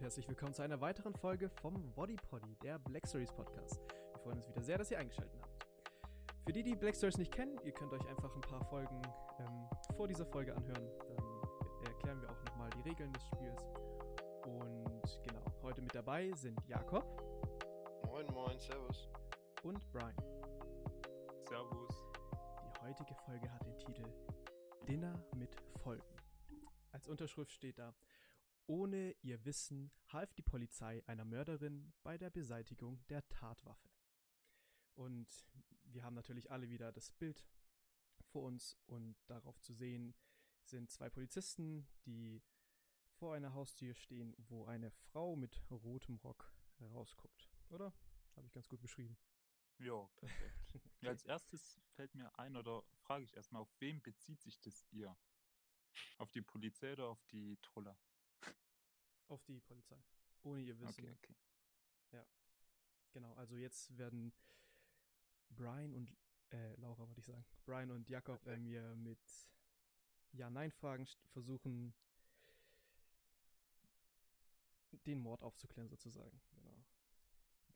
herzlich willkommen zu einer weiteren Folge vom Body Poddy, der Black Stories Podcast. Wir freuen uns wieder sehr, dass ihr eingeschaltet habt. Für die, die Black Stories nicht kennen, ihr könnt euch einfach ein paar Folgen ähm, vor dieser Folge anhören. Dann erklären wir auch nochmal die Regeln des Spiels. Und genau, heute mit dabei sind Jakob Moin, moin, servus. und Brian. Servus. Die heutige Folge hat den Titel Dinner mit Folgen. Als Unterschrift steht da, ohne ihr Wissen half die Polizei einer Mörderin bei der Beseitigung der Tatwaffe. Und wir haben natürlich alle wieder das Bild vor uns und darauf zu sehen sind zwei Polizisten, die vor einer Haustür stehen, wo eine Frau mit rotem Rock rausguckt. Oder? Habe ich ganz gut beschrieben. Ja, perfekt. Ja, Als erstes fällt mir ein oder frage ich erstmal, auf wem bezieht sich das ihr? Auf die Polizei oder auf die Troller? Auf die Polizei. Ohne ihr Wissen. Okay, okay. Genau, also jetzt werden Brian und äh, Laura wollte ich sagen, Brian und Jakob äh, mir mit Ja-Nein-Fragen st- versuchen, den Mord aufzuklären sozusagen. Genau.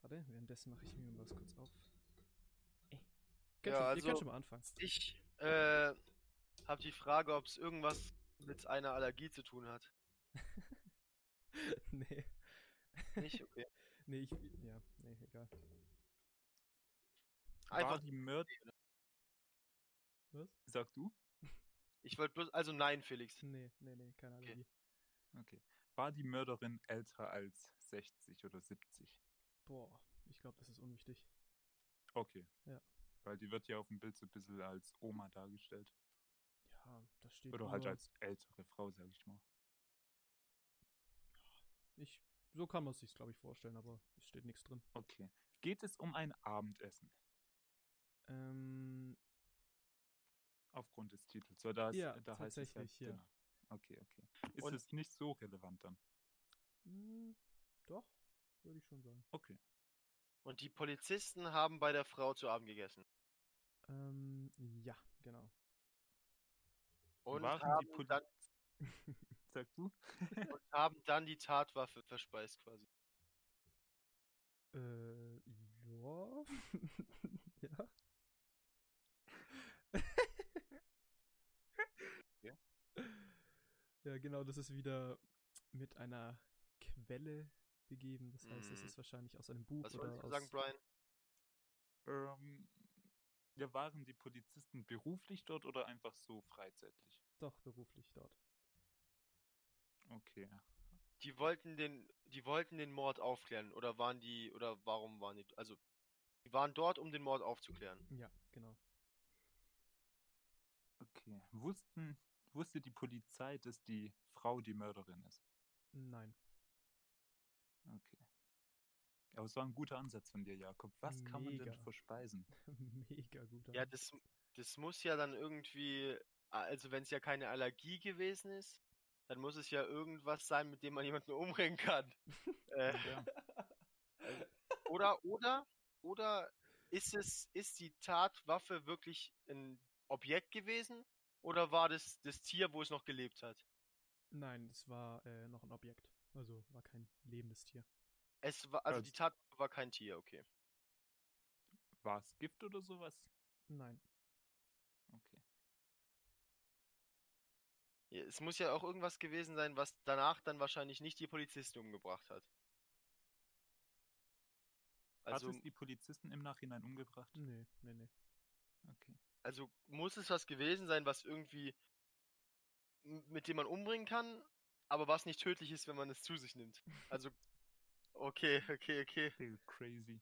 Warte, währenddessen mache ich mir was kurz auf. Ey. Könnt Ja, schon, ihr also- könnt schon mal anfangen. Ich äh, habe die Frage, ob es irgendwas mit einer Allergie zu tun hat. nee, Nicht? Okay. nee, ich, ja, nee, egal. War Einfach, die Mörder. Was? Sag du? ich wollte bloß, also nein, Felix. Nee, nee, nee, keine Okay. Allergie. Okay. War die Mörderin älter als 60 oder 70? Boah, ich glaube, das ist unwichtig. Okay. Ja. Weil die wird ja auf dem Bild so ein bisschen als Oma dargestellt. Ja, das steht Oder halt nur- als ältere Frau, sag ich mal. Ich, so kann man es sich, glaube ich, vorstellen, aber es steht nichts drin. Okay. Geht es um ein Abendessen? Ähm, Aufgrund des Titels. Weil da, ist, Ja, da heißt es ja, tatsächlich, ja. Dinner. Okay, okay. Ist Und- es nicht so relevant dann? mh, hm, doch, würde ich schon sagen. Okay. Und die Polizisten haben bei der Frau zu Abend gegessen. Ähm, ja, genau. Und Waren die haben, Poli- dann, Sag du? und haben dann die Tatwaffe verspeist quasi. Äh, ja. ja. Ja. Ja, genau, das ist wieder mit einer Quelle begeben. Das heißt, es Mhm. ist wahrscheinlich aus einem Buch Was oder wolltest du aus sagen, Brian? Ähm, ja, waren die Polizisten beruflich dort oder einfach so freizeitlich? doch beruflich dort. Okay. Die wollten den, die wollten den Mord aufklären. Oder waren die, oder warum waren die, also, die waren dort, um den Mord aufzuklären. Ja, genau. Okay. Wussten, wusste die Polizei, dass die Frau die Mörderin ist? Nein. Okay. Aber es war ein guter Ansatz von dir, Jakob. Was kann man denn Mega. verspeisen? Mega guter Ja, Ansatz. das, das muss ja dann irgendwie, also wenn es ja keine Allergie gewesen ist, dann muss es ja irgendwas sein, mit dem man jemanden umbringen kann. äh, Ja. oder, oder, oder ist es, ist die Tatwaffe wirklich ein Objekt gewesen? Oder war das das Tier, wo es noch gelebt hat? Nein, es war äh, noch ein Objekt. Also war kein lebendes Tier. Es war, also Als- die Tatwaffe war kein Tier, okay. War es Gift oder sowas? Nein. Okay. Ja, Es muss ja auch irgendwas gewesen sein, was danach dann wahrscheinlich nicht die Polizisten umgebracht hat. Also Hat es die Polizisten im Nachhinein umgebracht? Nee, nee, nee. Okay. Also muss es was gewesen sein, was irgendwie m- mit dem man umbringen kann, aber was nicht tödlich ist, wenn man es zu sich nimmt. Also okay, okay, okay. Hey, Crazy.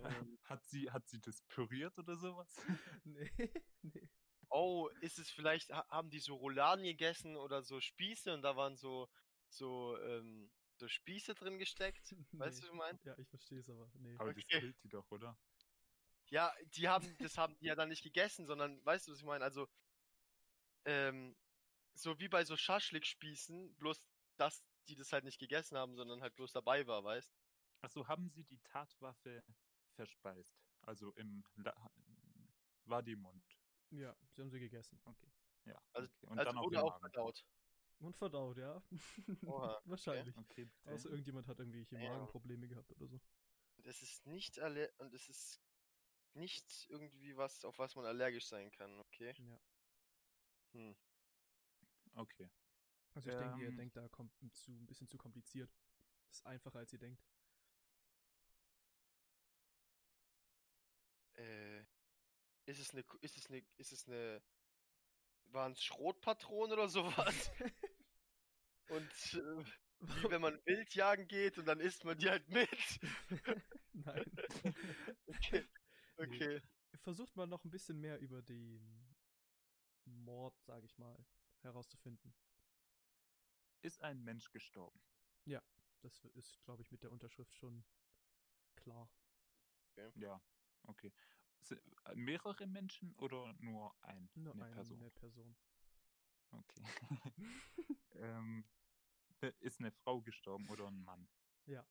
Ähm, hat, sie, hat sie das püriert oder sowas? nee, nee. Oh, ist es vielleicht ha- haben die so Rouladen gegessen oder so Spieße und da waren so so ähm, so Spieße drin gesteckt? Weißt du, was ich meine? Ja, ich verstehe es aber. Nee. Aber das Okay. killt die doch, oder? Ja, die haben das haben die ja dann nicht gegessen, sondern weißt du, was ich meine? Also ähm, so wie bei so Schaschlik-Spießen, bloß dass die das halt nicht gegessen haben, sondern halt bloß dabei war, weißt? Achso, Also, haben Sie die Tatwaffe verspeist? Also im La war die im Mund. Ja, sie haben sie gegessen. Okay. Ja. Also- okay. Und also dann auch wurde im auch Magen. verdaut. Unverdaut, ja. Oha, Wahrscheinlich. Okay, dann- Also Außer irgendjemand hat irgendwelche Ja. Magenprobleme gehabt oder so. Und es ist nicht alle und es ist nicht irgendwie was, auf was man allergisch sein kann, okay? Ja. Hm. okay. Also ich denke, ihr Ähm. denkt da kommt zu, ein bisschen zu kompliziert. Das ist einfacher, als ihr denkt. Äh, ist es eine, ist es eine, ist es eine, waren es Schrotpatronen oder sowas? und äh, wie wenn man wild jagen geht und dann isst man die halt mit. Nein. Okay. Nee. Okay. Versucht mal noch ein bisschen mehr über den Mord, sage ich mal, herauszufinden. Ist ein Mensch gestorben? Das ist, glaube ich, mit der Unterschrift schon klar. Ja, okay. S- äh, Mehrere Menschen oder nur ein, Nur eine eine Person? Person. Okay. ähm, äh, ist eine Frau gestorben oder ein Mann? Ja.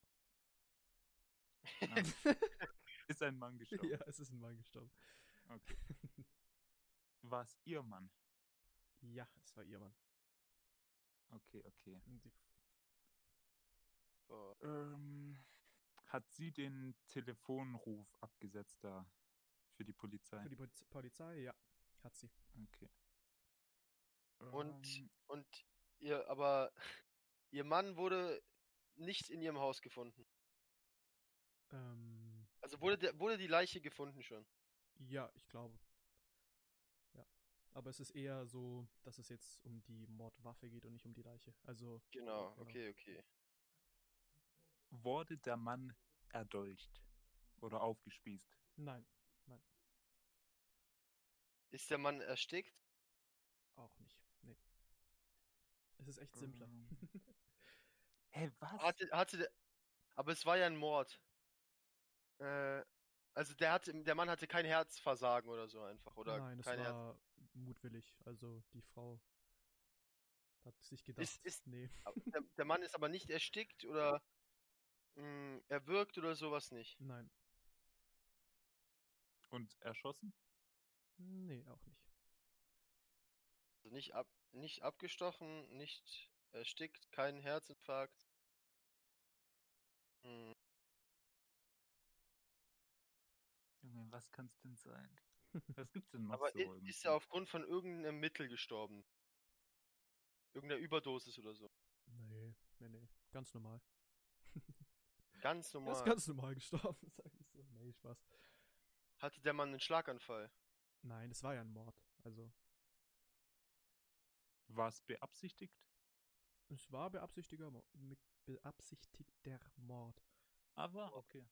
Ah, ist ein Mann gestorben? ja, es ist ein Mann gestorben. Okay. War es ihr Mann? Ja, es war ihr Mann. Okay, okay. Und die- So. Ähm, hat sie den Telefonruf abgesetzt da für die Polizei? Für die Poliz- Polizei, ja, hat sie. Okay. Und- Ähm, Und ihr, aber ihr Mann wurde nicht in ihrem Haus gefunden. Ähm, Also wurde, der, wurde die Leiche gefunden schon. ja, ich glaube. Ja. Aber es ist eher so, dass es jetzt um die Mordwaffe geht und nicht um die Leiche. Also, Genau, Genau. okay, okay. wurde der Mann erdolcht oder aufgespießt? nein, Ist der Mann erstickt? auch nicht. Nee. Es ist echt simpler. Ähm. Hä, was? Hatte, hatte der, aber es war ja ein Mord. Äh, also der hatte, der Mann hatte kein Herzversagen oder so einfach, oder? nein, es kein Herz- war mutwillig. Also, die Frau hat sich gedacht, ist- nee. Aber der, der Mann ist aber nicht erstickt oder mh, erwürgt oder sowas nicht. Nein, Und erschossen? nee, auch nicht. Also nicht ab, nicht abgestochen, nicht erstickt, kein Herzinfarkt. Hm, Junge, was kann's denn sein? Was gibt's denn noch aber so? i- im- ist er aufgrund von irgendeinem Mittel gestorben? Irgendeiner Überdosis oder so. Nee, nee, nee. Ganz normal. Er Ganz ist normal. ganz normal gestorben, sag ich so. Nee, Spaß. Hatte der Mann einen Schlaganfall? Nein, es war ja ein Mord. Also, War's beabsichtigt? es war beabsichtiger Mo mit- beabsichtigter Mord. Aber, okay.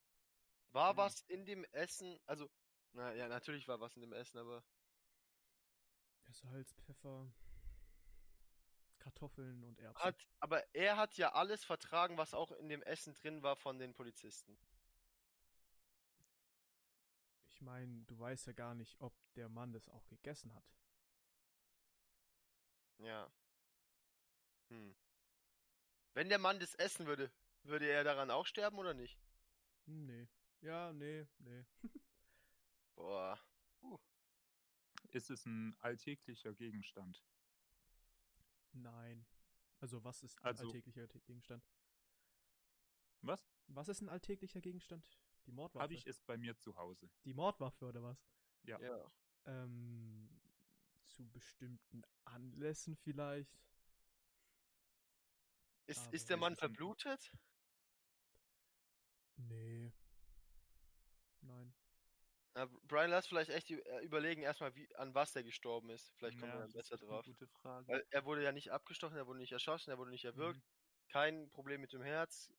War Mhm. was in dem Essen? Also, naja, natürlich war was in dem Essen, aber Ja, Salz, Pfeffer, Kartoffeln und Erbsen. hat, aber er hat ja alles vertragen, was auch in dem Essen drin war von den Polizisten. ich meine, du weißt ja gar nicht, ob der Mann das auch gegessen hat. Ja. Hm. Wenn der Mann das essen würde, würde er daran auch sterben oder nicht? Hm, Nee. Ja, nee, nee. Boah. Ist es ein alltäglicher Gegenstand? Nein. Also, was ist ein Also- alltäglicher Te- Gegenstand? Was? Was ist ein alltäglicher Gegenstand? Die Mordwaffe. Habe ich es bei mir zu Hause? Die Mordwaffe oder was? Ja. Ja. Ähm, zu bestimmten Anlässen vielleicht. Ist, Aber ist der es Mann ist ein- verblutet? Nee. Nein. Na, Brian, lass vielleicht echt ü- äh, überlegen erstmal, wie, an was der gestorben ist. Vielleicht kommen wir dann das besser ist eine drauf. Gute Frage. Weil er wurde ja nicht abgestochen, er wurde nicht erschossen, er wurde nicht erwürgt. Mhm. Kein Problem mit dem Herz.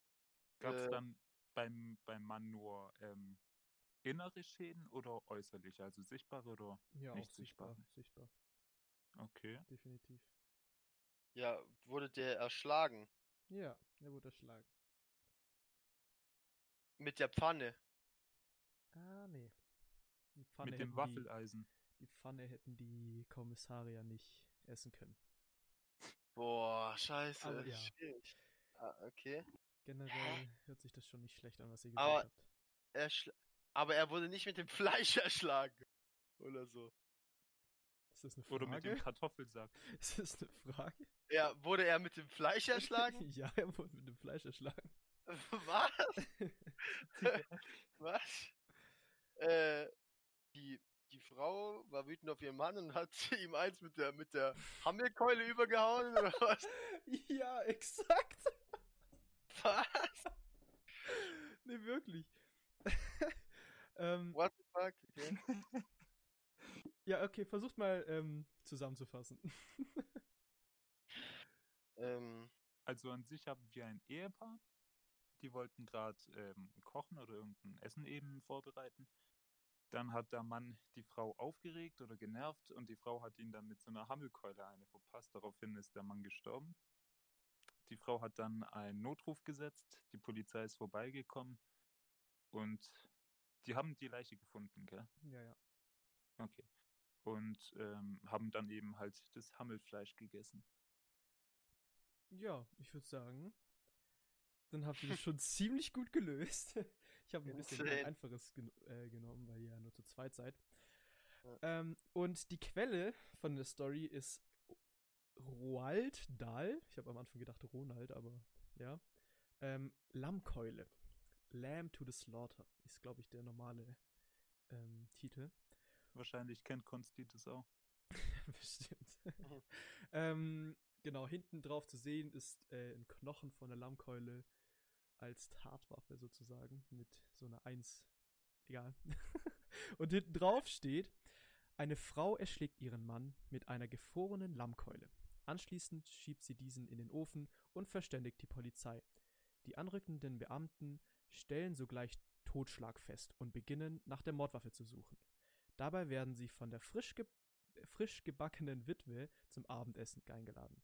Gab es Äh, dann beim, beim Mann nur ähm, innere Schäden oder äußerliche? Also sichtbare oder? Ja, Nicht auch sichtbar. Sichtbar, Okay. definitiv. Ja, wurde der erschlagen. Ja, er wurde erschlagen. Mit der Pfanne. Ah, nee. Die Mit dem hätten Waffeleisen. Die, die Pfanne hätten die Kommissare ja nicht essen können. Boah, scheiße. Aber Oh, ja. Schwierig. Ah, okay. Generell Hä? hört sich das schon nicht schlecht an, was ihr gesagt Aber- habt. Er schla- aber er wurde nicht mit dem Fleisch erschlagen. Oder so. Ist das eine Frage? Oder mit dem Kartoffelsack. Ist das eine Frage? Er, wurde er mit dem Fleisch erschlagen? ja, er wurde mit dem Fleisch erschlagen. Was? Was? Äh, die, die Frau war wütend auf ihren Mann und hat ihm eins mit der, mit der Hammelkeule übergehauen oder was? ja, exakt. Was? Nee, wirklich. ähm, What the fuck? Okay. ja, okay, versucht mal ähm, zusammenzufassen. Ähm, Also an sich haben wir ein Ehepaar. Die wollten gerade ähm, kochen oder irgendein Essen eben vorbereiten. Dann hat der Mann die Frau aufgeregt oder genervt und die Frau hat ihn dann mit so einer Hammelkeule eine verpasst. Daraufhin ist der Mann gestorben. Die Frau hat dann einen Notruf gesetzt. Die Polizei ist vorbeigekommen und die haben die Leiche gefunden, gell? ja, ja. Okay. Und ähm, haben dann eben halt das Hammelfleisch gegessen. Ja, ich würde sagen, dann habt ihr das schon ziemlich gut gelöst. Ich habe ein bisschen ein Insane. einfaches gen äh, genommen, weil ihr ja nur zu zweit seid. Ja. Ähm, und die Quelle von der Story ist Roald Dahl. Ich habe am Anfang gedacht Ronald, aber ja. Ähm, Lammkeule. Lamb to the Slaughter ist, glaube ich, der normale ähm, Titel. Wahrscheinlich kennt Konsti das auch. Bestimmt. ähm, genau, hinten drauf zu sehen ist äh, ein Knochen von der Lammkeule als Tatwaffe sozusagen mit so einer Eins. Egal. Und hinten drauf steht, eine Frau erschlägt ihren Mann mit einer gefrorenen Lammkeule. Anschließend schiebt sie diesen in den Ofen und verständigt die Polizei. Die anrückenden Beamten stellen sogleich Totschlag fest und beginnen, nach der Mordwaffe zu suchen. Dabei werden sie von der frisch ge frisch gebackenen Witwe zum Abendessen eingeladen.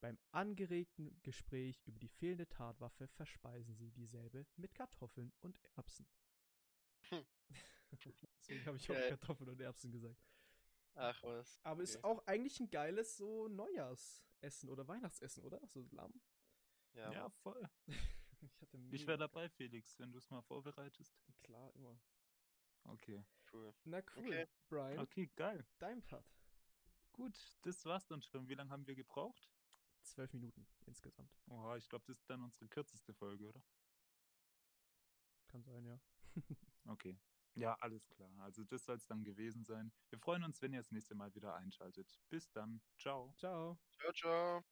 Beim angeregten Gespräch über die fehlende Tatwaffe verspeisen sie dieselbe mit Kartoffeln und Erbsen. Hm. Deswegen habe ich auch Geil. Kartoffeln und Erbsen gesagt. ach was. Aber ist Okay. auch eigentlich ein geiles so Neujahrsessen oder Weihnachtsessen, oder? So Lamm. Ja. ja voll. Ich hatte Ich mega- wäre dabei, Felix, wenn du es mal vorbereitest. Klar, immer. Okay. cool. Na cool, Okay. Brian, Okay, geil. dein Part. Gut, das war's dann schon. Wie lange haben wir gebraucht? Zwölf Minuten insgesamt. Oha, ich glaube, das ist dann unsere kürzeste Folge, oder? Kann sein, ja. Okay. Ja, alles klar. Also das soll es dann gewesen sein. Wir freuen uns, wenn ihr das nächste Mal wieder einschaltet. Bis dann. Ciao. Ciao. Ciao, ciao.